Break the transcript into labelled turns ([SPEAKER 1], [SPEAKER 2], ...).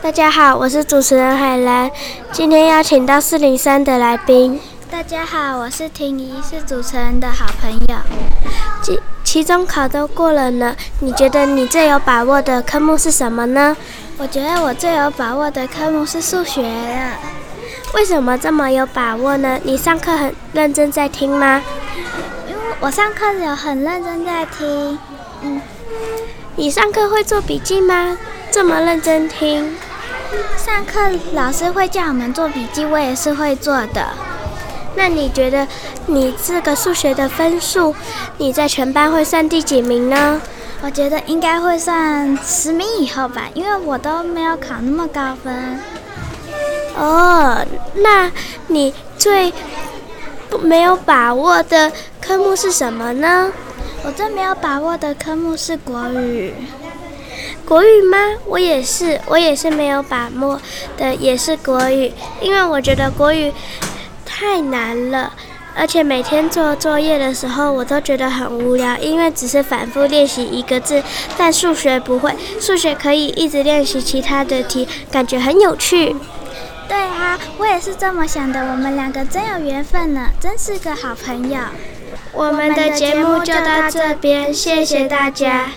[SPEAKER 1] 大家好，我是主持人海兰，今天邀请到四零三的来宾。
[SPEAKER 2] 大家好，我是婷宜，是主持人的好朋友。
[SPEAKER 1] 期期中考都过了呢，你觉得你最有把握的科目是什么呢？
[SPEAKER 2] 我觉得我最有把握的科目是数学啊了。
[SPEAKER 1] 为什么这么有把握呢？你上课很认真在听吗？
[SPEAKER 2] 因为我上课有很认真在听。嗯，
[SPEAKER 1] 你上课会做笔记吗？这么认真听，
[SPEAKER 2] 上课老师会叫我们做笔记，我也是会做的。
[SPEAKER 1] 那你觉得你这个数学的分数，你在全班会算第几名呢？
[SPEAKER 2] 我觉得应该会算十名以后吧，因为我都没有考那么高分。
[SPEAKER 1] 哦，那你最不没有把握的科目是什么呢？
[SPEAKER 2] 我最没有把握的科目是国语。
[SPEAKER 1] 国语吗？我也是，我也是没有把握的，也是国语，因为我觉得国语太难了，而且每天做作业的时候我都觉得很无聊，因为只是反复练习一个字。但数学不会，数学可以一直练习其他的题，感觉很有趣。
[SPEAKER 2] 对啊，我也是这么想的。我们两个真有缘分呢，真是个好朋友。
[SPEAKER 1] 我们的节目就到这边，谢谢大家。